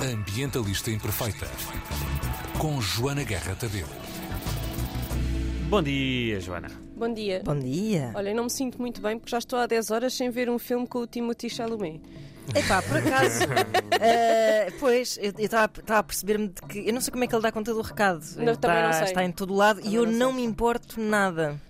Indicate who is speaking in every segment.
Speaker 1: A Ambientalista Imperfeita. Com Joana Guerra Tadeu.
Speaker 2: Bom dia, Joana.
Speaker 3: Bom dia.
Speaker 4: Bom dia.
Speaker 3: Olha, eu não me sinto muito bem porque já estou há 10 horas sem ver um filme com o Timothy Chalamet.
Speaker 4: Epá, por acaso. eh, pois, eu estava a perceber-me de que. Eu não sei como é que ele dá conta do recado.
Speaker 3: Não,
Speaker 4: Ele
Speaker 3: também
Speaker 4: tá-
Speaker 3: não sei.
Speaker 4: Está em todo lado
Speaker 3: Também
Speaker 4: e eu
Speaker 3: não
Speaker 4: não,
Speaker 3: sei.
Speaker 4: me importo nada.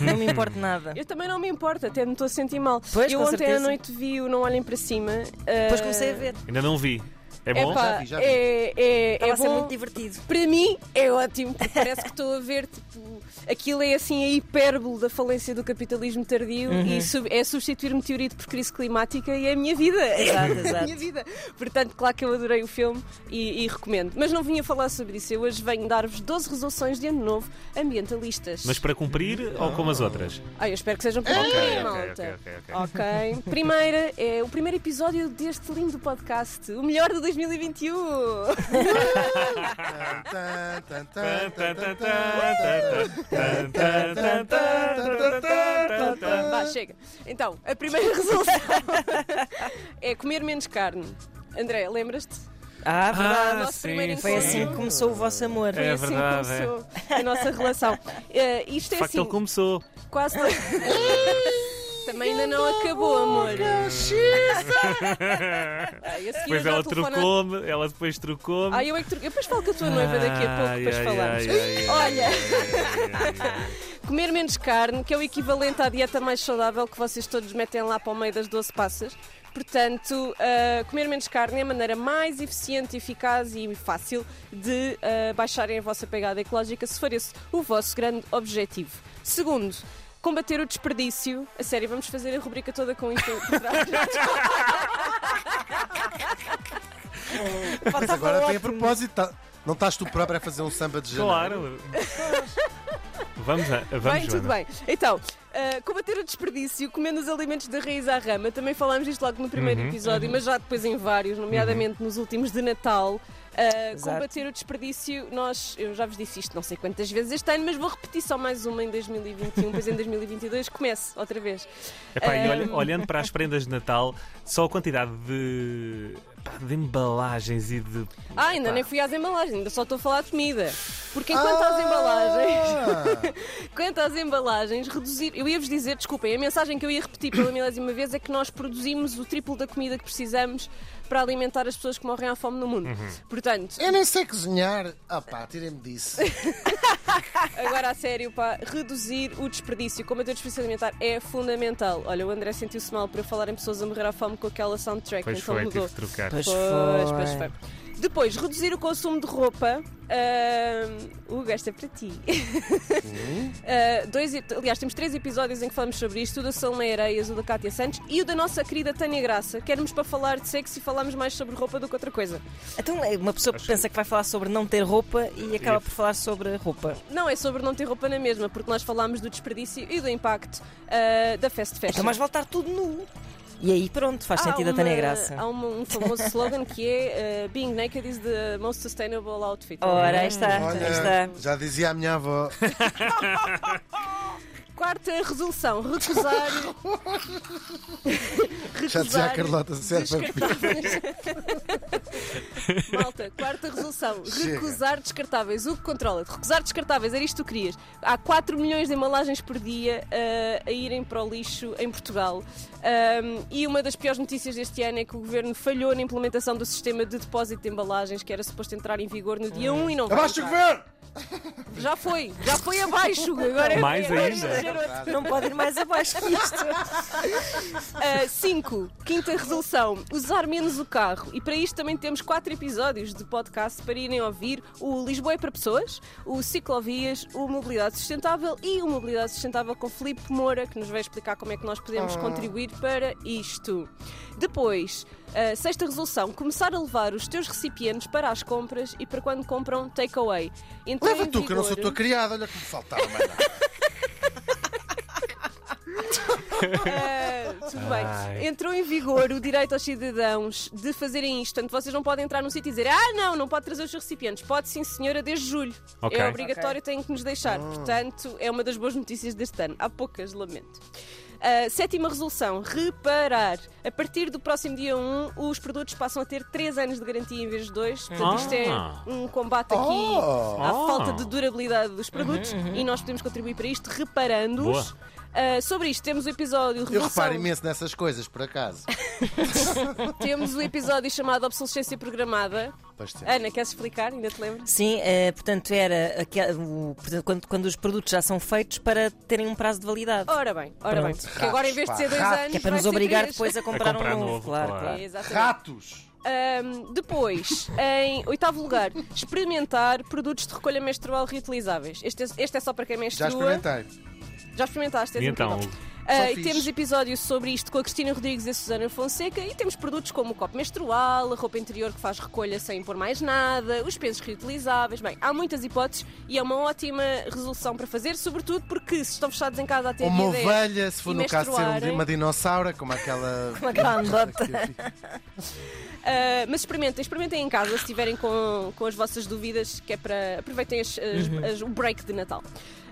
Speaker 4: não me importo nada.
Speaker 3: Eu também não me importo, até me estou a sentir mal.
Speaker 4: Pois,
Speaker 3: eu
Speaker 4: com
Speaker 3: ontem
Speaker 4: certeza.
Speaker 3: à noite vi o Não Olhem para Cima. eh,
Speaker 4: Depois comecei a ver.
Speaker 2: Ainda não vi. É bom?
Speaker 3: Epá,
Speaker 5: Já vi, já vi.
Speaker 3: É, é,
Speaker 4: Estava
Speaker 3: é
Speaker 4: a ser
Speaker 3: bom.
Speaker 4: muito divertido.
Speaker 3: Para mim é ótimo, porque parece que estou a ver, tipo, aquilo é assim a hipérbole da falência do capitalismo tardio
Speaker 4: Uhum.
Speaker 3: e sub- é substituir meteorito por crise climática e é a minha vida.
Speaker 4: Exato,
Speaker 3: É a minha
Speaker 4: exato.
Speaker 3: vida. Portanto, claro que eu adorei o filme e, e recomendo. Mas não vinha falar sobre isso, eu hoje venho dar-vos 12 resoluções de ano novo ambientalistas.
Speaker 2: Mas para cumprir ou como as outras?
Speaker 3: Ah, eu espero que sejam para
Speaker 2: Ok,
Speaker 3: mim,
Speaker 2: ok,
Speaker 3: malta.
Speaker 2: ok, ok,
Speaker 3: ok. Primeira é o primeiro episódio deste lindo podcast, o melhor de 2021. Vá, chega. Então, a primeira resolução é comer menos carne. André, lembras-te?
Speaker 4: Ah,
Speaker 2: Ah,
Speaker 4: verdade.
Speaker 3: nosso primeiro
Speaker 4: Foi
Speaker 3: sim.
Speaker 4: assim que começou o vosso amor.
Speaker 2: É.
Speaker 3: assim
Speaker 2: verdade, é.
Speaker 3: que começou a nossa relação. Eh, isto
Speaker 2: De
Speaker 3: é
Speaker 2: facto,
Speaker 3: assim,
Speaker 2: ele começou.
Speaker 3: quase. Também ainda não acabou, amor. Ai, a seguir
Speaker 2: Depois
Speaker 3: já
Speaker 2: ela
Speaker 3: telefona-
Speaker 2: trocou-me, ela depois trocou-me.
Speaker 3: Ai, eu é que troquei. Eu depois falo com a tua noiva daqui a pouco,
Speaker 2: Ai,
Speaker 3: depois
Speaker 2: ai,
Speaker 3: falamos.
Speaker 2: ai, ai,
Speaker 3: Olha,
Speaker 2: ai, ai.
Speaker 3: comer menos carne, que é o equivalente à dieta mais saudável que vocês todos metem lá para o meio das 12 passas. Portanto, ah, comer menos carne é a maneira mais eficiente, eficaz e fácil de ah, baixarem a vossa pegada ecológica, se for esse o vosso grande objetivo. Segundo, combater o desperdício. A sério, vamos fazer a rubrica toda com isto por trás.
Speaker 5: Mas agora tem a propósito. tá- Não estás tu própria a fazer um samba de janeiro?
Speaker 2: Claro. Vamos, a- vamos
Speaker 3: bem, tudo
Speaker 2: Joana.
Speaker 3: bem. Então, ah, combater o desperdício comendo os alimentos da raiz à rama. Também falámos disto logo no
Speaker 2: Uhum,
Speaker 3: primeiro episódio, mas já depois em vários, nomeadamente nos últimos de Natal. Ah,
Speaker 4: Exato.
Speaker 3: combater o desperdício, nós, eu já vos disse isto não sei quantas vezes este ano, mas vou repetir só mais uma em 2021, pois um, em 2022 comece outra vez.
Speaker 2: Epá, e olha-
Speaker 3: Um.
Speaker 2: olhando para as prendas de Natal, só a quantidade de, pá, de embalagens e de.
Speaker 3: Ah, ainda
Speaker 2: pá,
Speaker 3: nem fui às embalagens, ainda só estou a falar de comida. Porque enquanto
Speaker 2: Ah!
Speaker 5: Ah!
Speaker 3: às embalagens. Quanto às embalagens, reduzir. Eu ia-vos dizer, desculpem, a mensagem que eu ia repetir pela milésima vez é que nós produzimos o triplo da comida que precisamos para alimentar as pessoas que morrem à fome no mundo.
Speaker 2: Uhum.
Speaker 3: Portanto,
Speaker 5: Eu nem sei cozinhar. Ah pá, tirem-me disso.
Speaker 3: agora a sério, pá, reduzir o desperdício, combater o desperdício alimentar é fundamental. Olha, o André sentiu-se mal para falar em pessoas a morrer à fome com aquela soundtrack,
Speaker 2: Pois
Speaker 3: então
Speaker 2: foi, tive
Speaker 3: mudou.
Speaker 2: que trocar.
Speaker 4: Pois
Speaker 3: Pois,
Speaker 4: foi.
Speaker 3: pois foi. Depois, reduzir o consumo de roupa. Ahm, Hugo, esta é para ti. Ah, dois, ep- aliás, temos três episódios em que falamos sobre isto: o da Salomé Areias, o da Cátia Santos e o da nossa querida Tânia Graça. Queremos para falar de sexo e falarmos mais sobre roupa do que outra coisa.
Speaker 4: Então, é uma pessoa que pensa que vai falar sobre não ter roupa e acaba por falar sobre roupa.
Speaker 3: Não é sobre não ter roupa na mesma, porque nós falámos do desperdício e do impacto ah, da fast fashion.
Speaker 4: Então, mas voltar tudo nu. E aí, pronto, faz
Speaker 3: Há
Speaker 4: sentido a
Speaker 3: uma-
Speaker 4: Tânia Graça.
Speaker 3: Há uma- um famoso slogan que é ah, Being naked is the most sustainable outfit.
Speaker 4: Ora, aí está, aí está.
Speaker 5: Olha, já dizia a minha avó.
Speaker 3: Quarta resolução: recusar.
Speaker 5: Já dizia a Carlota. é Serve a
Speaker 3: descartáveis. Malta, quarta resolução:
Speaker 5: Chega.
Speaker 3: recusar descartáveis. O que controla? Recusar descartáveis, era isto que tu querias. Há 4 milhões de embalagens por dia ah, a irem para o lixo em Portugal. Ahm, e uma das piores notícias deste ano é que o governo falhou na implementação do sistema de depósito de embalagens que era suposto entrar em vigor no dia 1 e não vai
Speaker 5: Hum. Abaixo o
Speaker 3: entrar.
Speaker 5: governo!
Speaker 3: Já foi, já foi abaixo. Agora é-
Speaker 2: Mais
Speaker 3: agora é
Speaker 2: ainda.
Speaker 3: exagero outro.
Speaker 4: Não pode ir mais abaixo que isto.
Speaker 3: 5. Ah, Quinta resolução: usar menos o carro. E para isto também temos quatro episódios de podcast para irem ouvir: o Lisboa é para pessoas, o Ciclovias, o Mobilidade Sustentável e o Mobilidade Sustentável com Filipe Moura, que nos vai explicar como é que nós podemos
Speaker 5: Ah.
Speaker 3: contribuir para isto. Depois, a sexta resolução: começar a levar os teus recipientes para as compras e para quando compram takeaway. Entrou
Speaker 5: Leva
Speaker 3: em
Speaker 5: tu, que eu não sou
Speaker 3: vigor-
Speaker 5: tua criada. Olha como faltava. mais nada.
Speaker 3: Ah, tudo bem.
Speaker 2: Ai.
Speaker 3: Entrou em vigor o direito aos cidadãos de fazerem isto. Portanto, vocês não podem entrar num sítio e dizer ah, não, não pode trazer os seus recipientes. Pode sim, senhora, desde julho.
Speaker 2: Ok. Ah.
Speaker 3: É obrigatório, têm que nos deixar. Portanto, é uma das boas notícias deste ano. Há poucas, lamento. Ah, sétima resolução, reparar. A partir do próximo dia 1, os produtos passam a ter 3 anos de garantia em vez de 2. Portanto, isto
Speaker 2: Ah.
Speaker 3: é um combate aqui
Speaker 5: Oh.
Speaker 3: à
Speaker 2: Oh. Uhum,
Speaker 3: falta de durabilidade dos produtos e nós podemos contribuir para isto reparando-os.
Speaker 2: Boa.
Speaker 3: Ah, sobre isto, temos o episódio
Speaker 5: Eu
Speaker 3: Revolução-
Speaker 5: reparo imenso nessas coisas, por acaso.
Speaker 3: temos o episódio chamado Obsolescência Programada.
Speaker 5: Pois tem.
Speaker 3: Ana, queres explicar? Ainda te lembras?
Speaker 4: Sim, eh, portanto, era aquela- o- portanto, quando, quando os produtos já são feitos para terem um prazo de validade.
Speaker 3: Ora bem, ora
Speaker 4: Pronto.
Speaker 3: bem. Que agora em vez de ser dois
Speaker 5: Ratos, pá,
Speaker 3: anos.
Speaker 4: que é para
Speaker 3: Oh, vai
Speaker 4: nos
Speaker 3: ser
Speaker 4: obrigar
Speaker 3: três.
Speaker 4: depois a comprar,
Speaker 2: comprar
Speaker 4: um novo.
Speaker 2: novo,
Speaker 4: claro,
Speaker 2: claro.
Speaker 4: claro.
Speaker 3: É, exatamente.
Speaker 5: Ratos!
Speaker 3: Ahm, depois, em oitavo lugar, experimentar produtos de recolha menstrual reutilizáveis. Este é, este é só para quem
Speaker 5: Já
Speaker 3: menstrua.
Speaker 5: experimentei.
Speaker 3: Já experimentaste? és
Speaker 2: E então,
Speaker 3: incrível.
Speaker 2: Hugo?
Speaker 3: Ah,
Speaker 5: Só
Speaker 3: e
Speaker 5: fiz.
Speaker 3: temos episódios sobre isto com a Cristina Rodrigues e a Susana Fonseca. E temos produtos como o copo menstrual, a roupa interior que faz recolha sem pôr mais nada, os pensos reutilizáveis. Bem, há muitas hipóteses e é uma ótima resolução para fazer, sobretudo porque se estão fechados em casa até
Speaker 5: Uma
Speaker 3: dia 10,
Speaker 5: ovelha, se for
Speaker 3: e
Speaker 5: no caso de ser um-
Speaker 3: menstruarem.
Speaker 5: uma dinossauro, como aquela.
Speaker 4: Uma grandota.
Speaker 3: Uh, mas experimentem, experimentem em casa se tiverem com, com as vossas dúvidas, que é para aproveitem as- as- as- o break de Natal.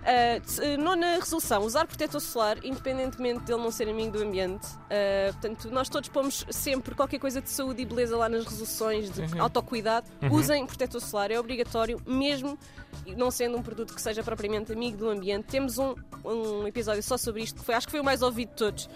Speaker 3: Uh, se- eh, nona resolução, usar protetor solar, independentemente dele não ser amigo do ambiente. Uh, portanto, nós todos pomos sempre qualquer coisa de saúde e beleza lá nas resoluções de autocuidado. Usem protetor solar, é obrigatório, mesmo não sendo um produto que seja propriamente amigo do ambiente. Temos um, um episódio só sobre isto, que foi, acho que foi o mais ouvido de todos.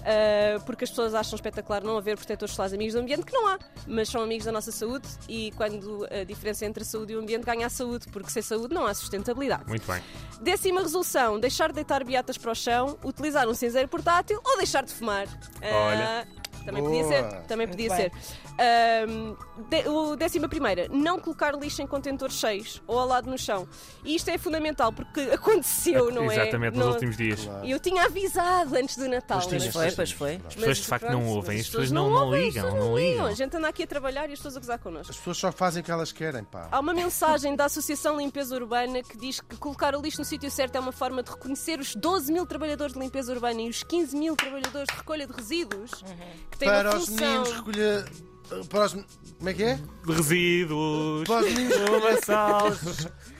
Speaker 3: Uh, porque as pessoas acham espetacular não haver protetores solares amigos do ambiente, que não há, mas são amigos da nossa saúde e quando a diferença entre a saúde e o ambiente ganha a saúde, porque sem saúde não há sustentabilidade.
Speaker 2: Muito bem.
Speaker 3: Décima resolução: deixar de deitar beatas para o chão, utilizar um cinzeiro portátil ou deixar de fumar.
Speaker 2: Olha.
Speaker 3: Ah, também
Speaker 5: Boa.
Speaker 3: podia ser. Também
Speaker 4: Muito
Speaker 3: podia
Speaker 4: bem.
Speaker 3: ser. Ahm, de- o décima primeira: não colocar lixo em contentores cheios ou ao lado no chão. E isto é fundamental porque aconteceu, não é?
Speaker 2: Exatamente, nos
Speaker 3: Não-
Speaker 2: últimos dias.
Speaker 5: Claro.
Speaker 3: Eu tinha avisado antes do Natal.
Speaker 5: Mas tinhas-
Speaker 3: mas-
Speaker 4: Foi, pois foi.
Speaker 2: As pessoas de
Speaker 3: mas
Speaker 2: facto
Speaker 3: pronto,
Speaker 2: não
Speaker 3: mas
Speaker 2: ouvem,
Speaker 3: as
Speaker 2: as pessoas
Speaker 3: pessoas
Speaker 2: não,
Speaker 3: não
Speaker 2: não ligam, não ligam.
Speaker 3: A gente anda aqui a trabalhar e as pessoas a gozar connosco.
Speaker 5: As pessoas só fazem o que elas querem, pá.
Speaker 3: Há uma mensagem da Associação Limpeza Urbana que diz que colocar o lixo no sítio certo é uma forma de reconhecer os 12 mil trabalhadores de limpeza urbana e os 15 mil trabalhadores de recolha de resíduos que têm uma
Speaker 5: Para os
Speaker 3: função.
Speaker 5: meninos recolher. eh, Para os. Como é que é?
Speaker 2: De Resíduos,
Speaker 5: Para os meninos.
Speaker 2: uma sal.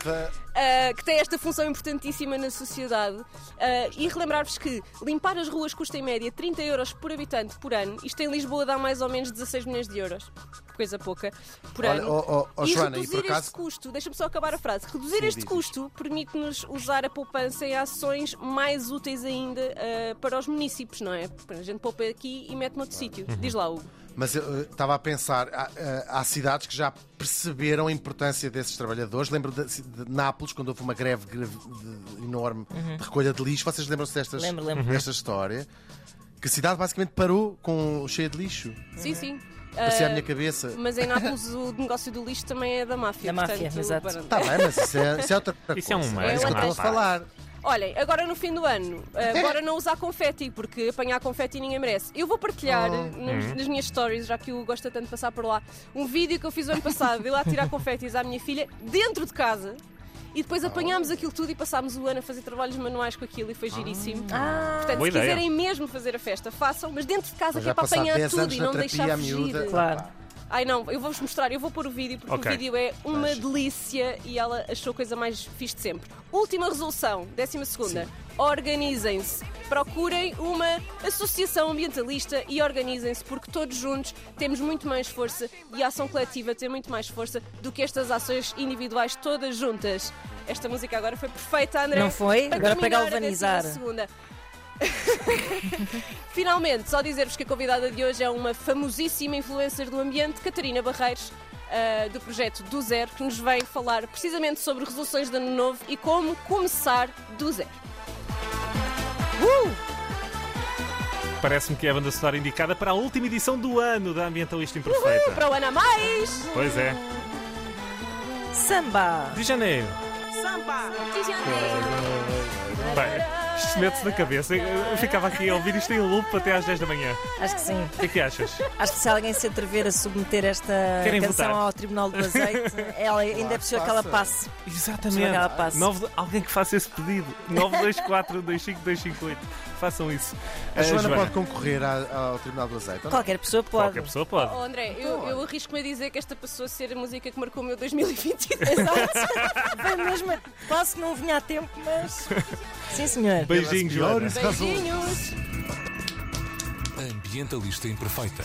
Speaker 5: Para-
Speaker 3: ah, que tem esta função importantíssima na sociedade. Ah, e relembrar-vos que limpar as ruas custa em média 30 euros por habitante por ano. Isto em Lisboa dá mais ou menos 16 milhões de euros. Coisa pouca. Por
Speaker 5: Olha,
Speaker 3: ano.
Speaker 5: ó, ó, ó,
Speaker 3: e
Speaker 5: Joana, e
Speaker 3: reduzir
Speaker 5: por acaso.
Speaker 3: este custo, deixa-me só acabar a frase. Reduzir
Speaker 5: Sim,
Speaker 3: este
Speaker 5: diz,
Speaker 3: custo permite-nos usar a poupança em ações mais úteis ainda ah, para os municípios, não é? A gente poupa aqui e mete noutro sítio.
Speaker 5: Uhum.
Speaker 3: Diz lá, Hugo.
Speaker 5: Mas eu eh, estava a pensar, há, eh, há cidades que já perceberam a importância desses trabalhadores. Lembro de, de Nápoles, quando houve uma greve, grave- de- enorme de recolha de lixo. Vocês lembram-se destas-
Speaker 4: Lembro, lembro.
Speaker 5: desta
Speaker 2: Uhum.
Speaker 5: história? Que a cidade basicamente parou com cheia de lixo.
Speaker 4: Uhum.
Speaker 3: Sim, sim.
Speaker 5: Passei à
Speaker 3: Ah,
Speaker 5: minha cabeça.
Speaker 3: mas em Nápoles o negócio do lixo também é da máfia.
Speaker 4: Da máfia,
Speaker 3: portanto,
Speaker 4: exato.
Speaker 3: pronto.
Speaker 5: Está bem, mas isso é, isso é outra coisa.
Speaker 2: Isso é um meio,
Speaker 5: isso que eu
Speaker 3: não
Speaker 5: estou a
Speaker 2: faz.
Speaker 5: falar.
Speaker 3: Olhem, agora no fim do ano, agora não usar confeti, porque apanhar confeti ninguém merece. Eu vou
Speaker 5: Oh.
Speaker 3: partilhar eh, nos-
Speaker 2: Uhum.
Speaker 3: nas minhas stories, já que eu gosto tanto de passar por lá, um vídeo que eu fiz o ano passado, de eu lá tirar confetis à minha filha, dentro de casa. E
Speaker 2: Oh.
Speaker 3: depois apanhámos aquilo tudo e passámos o ano a fazer trabalhos manuais com aquilo e foi giríssimo. Portanto,
Speaker 2: Ah. Boa
Speaker 3: se
Speaker 2: ideia.
Speaker 3: quiserem mesmo fazer a festa, façam, mas dentro de casa
Speaker 5: Mas
Speaker 3: que é
Speaker 5: já
Speaker 3: para
Speaker 5: passar
Speaker 3: apanhar
Speaker 5: 10
Speaker 3: tudo
Speaker 5: anos
Speaker 3: e
Speaker 5: na
Speaker 3: não
Speaker 5: terapia
Speaker 3: deixar
Speaker 5: à miúda.
Speaker 3: fugir.
Speaker 4: Claro.
Speaker 3: Ai não, eu vou-vos mostrar, eu vou pôr o vídeo porque
Speaker 2: Ok.
Speaker 3: o vídeo é uma
Speaker 5: Mas-
Speaker 3: delícia e ela achou a coisa mais fixe de sempre. Última resolução, décima segunda. Organizem-se. Procurem uma associação ambientalista e organizem-se porque todos juntos temos muito mais força e a ação coletiva tem muito mais força do que estas ações individuais todas juntas. Esta música agora foi perfeita, André.
Speaker 4: Não foi? Agora para
Speaker 3: terminar a
Speaker 4: galvanizar.
Speaker 3: 12ª. Finalmente, só dizer-vos que a convidada de hoje é uma famosíssima influencer do ambiente, Catarina Barreiros, ah, do projeto Do Zero, que nos vem falar precisamente sobre resoluções de ano novo e como começar do zero. Uh!
Speaker 2: Parece-me que é a banda sonora indicada para a última edição do ano da Ambientalista Imperfeita.
Speaker 3: Para o ano a mais!
Speaker 2: Pois é.
Speaker 4: Samba!
Speaker 2: De janeiro. Bem, isto mete-se na cabeça. Eu eu ficava aqui a ouvir isto em loop até às 10 da manhã.
Speaker 4: Acho que sim.
Speaker 2: O que é que achas?
Speaker 4: Acho que se alguém se atrever a submeter esta
Speaker 2: Querem
Speaker 4: canção
Speaker 2: votar?
Speaker 4: ao Tribunal do Azeite, ela ainda é possível que ela passe.
Speaker 5: passa.
Speaker 2: Exatamente.
Speaker 4: Ela passa.
Speaker 2: Nove- alguém que faça esse pedido. 924-25258. Façam isso.
Speaker 5: A
Speaker 2: Eh,
Speaker 5: Joana, pode concorrer à- ao Tribunal do Azeite. ou não?
Speaker 4: Qualquer pessoa pode.
Speaker 2: Qualquer pessoa pode.
Speaker 3: Oh, André, eu, eu arrisco-me a dizer que esta passou a ser a música que marcou o meu 2023.
Speaker 4: Foi mesmo. Quase que não vinha a tempo, mas. Sim, senhor. É.
Speaker 2: Beijinhos,
Speaker 5: Pelas
Speaker 2: Joana.
Speaker 5: piores razões.
Speaker 3: Beijinhos!
Speaker 1: ambientalista imperfeita.